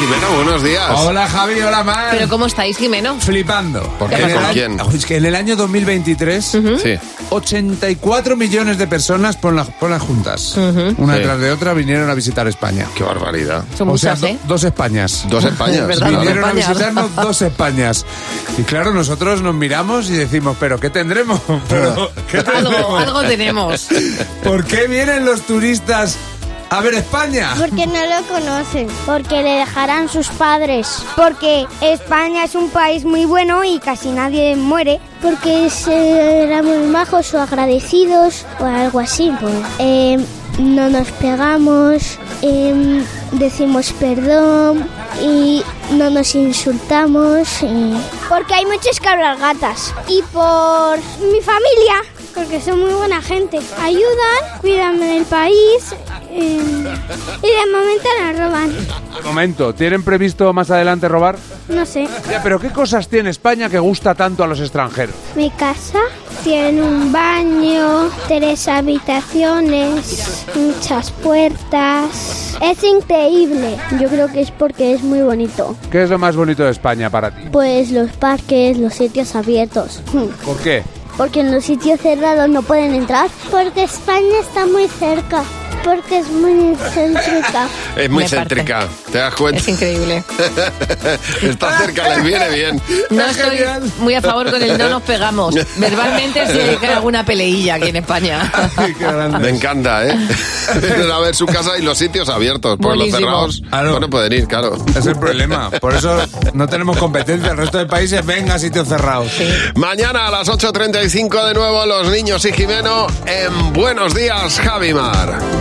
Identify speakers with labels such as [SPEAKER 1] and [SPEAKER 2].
[SPEAKER 1] Jimeno, buenos días.
[SPEAKER 2] Hola Javi, hola Mar.
[SPEAKER 3] Pero ¿cómo estáis, Jimeno?
[SPEAKER 2] Flipando.
[SPEAKER 1] ¿Por
[SPEAKER 3] ¿Qué
[SPEAKER 1] qué?
[SPEAKER 3] ha
[SPEAKER 2] En el
[SPEAKER 1] ¿Con
[SPEAKER 3] pasado?
[SPEAKER 1] quién?
[SPEAKER 2] año- es que en el año 2023,
[SPEAKER 1] Sí.
[SPEAKER 2] 84 millones de personas, por las juntas, una
[SPEAKER 1] Sí.
[SPEAKER 2] tras de otra, vinieron a visitar España.
[SPEAKER 1] Qué barbaridad.
[SPEAKER 3] Son
[SPEAKER 2] o sea,
[SPEAKER 3] muchas,
[SPEAKER 2] do-
[SPEAKER 3] ¿eh?
[SPEAKER 2] dos Españas.
[SPEAKER 1] Dos Españas.
[SPEAKER 3] Es verdad,
[SPEAKER 1] claro.
[SPEAKER 3] dos
[SPEAKER 2] Vinieron a
[SPEAKER 3] Españas.
[SPEAKER 2] visitarnos dos Españas. Y claro, nosotros nos miramos y decimos, pero ¿qué tendremos? ¿Pero qué
[SPEAKER 3] Algo,
[SPEAKER 2] tendremos?
[SPEAKER 3] algo tenemos.
[SPEAKER 2] ¿Por qué vienen los turistas a ver España?
[SPEAKER 4] Porque no lo conocen. Porque le dejarán sus padres. Porque España es un país muy bueno y casi nadie muere. Porque éramos majos o agradecidos o algo así. pues. Eh, no nos pegamos, eh, decimos perdón y no nos insultamos. Porque hay muchas cabalgatas. Y por mi familia. Porque son muy buena gente. Ayudan, cuidan del país em, y de momento la roban.
[SPEAKER 2] De momento, ¿tienen previsto más adelante robar?
[SPEAKER 4] No sé.
[SPEAKER 2] Ya, pero ¿qué cosas tiene España que gusta tanto a los extranjeros?
[SPEAKER 4] Mi casa tiene un baño, tres habitaciones, muchas puertas. Es increíble. Yo creo que es porque es muy bonito.
[SPEAKER 2] ¿Qué es lo más bonito de España para ti?
[SPEAKER 4] Pues los parques, los sitios abiertos.
[SPEAKER 2] ¿Por qué?
[SPEAKER 4] Porque en los sitios cerrados no pueden entrar. Porque España está muy cerca. Porque es muy céntrica.
[SPEAKER 1] Es muy
[SPEAKER 3] Me parte.
[SPEAKER 1] céntrica, ¿te das cuenta?
[SPEAKER 3] Es increíble.
[SPEAKER 1] Está cerca, les viene bien.
[SPEAKER 3] No
[SPEAKER 2] Es
[SPEAKER 3] estoy
[SPEAKER 2] genial.
[SPEAKER 3] muy a favor con el no nos pegamos. Verbalmente sí hay que haber alguna peleilla aquí en España.
[SPEAKER 2] Ay, qué grande.
[SPEAKER 1] Me encanta, ¿eh? Pero a ver su casa y los sitios abiertos. Por los
[SPEAKER 3] Buenísimo.
[SPEAKER 1] cerrados
[SPEAKER 2] Claro.
[SPEAKER 1] no, no pueden ir, claro.
[SPEAKER 2] Es el problema. Por eso no tenemos competencia. El resto de países venga a sitios cerrados.
[SPEAKER 1] Mañana a las 8.35 de nuevo los niños y Jimeno en Buenos Días, Javimar.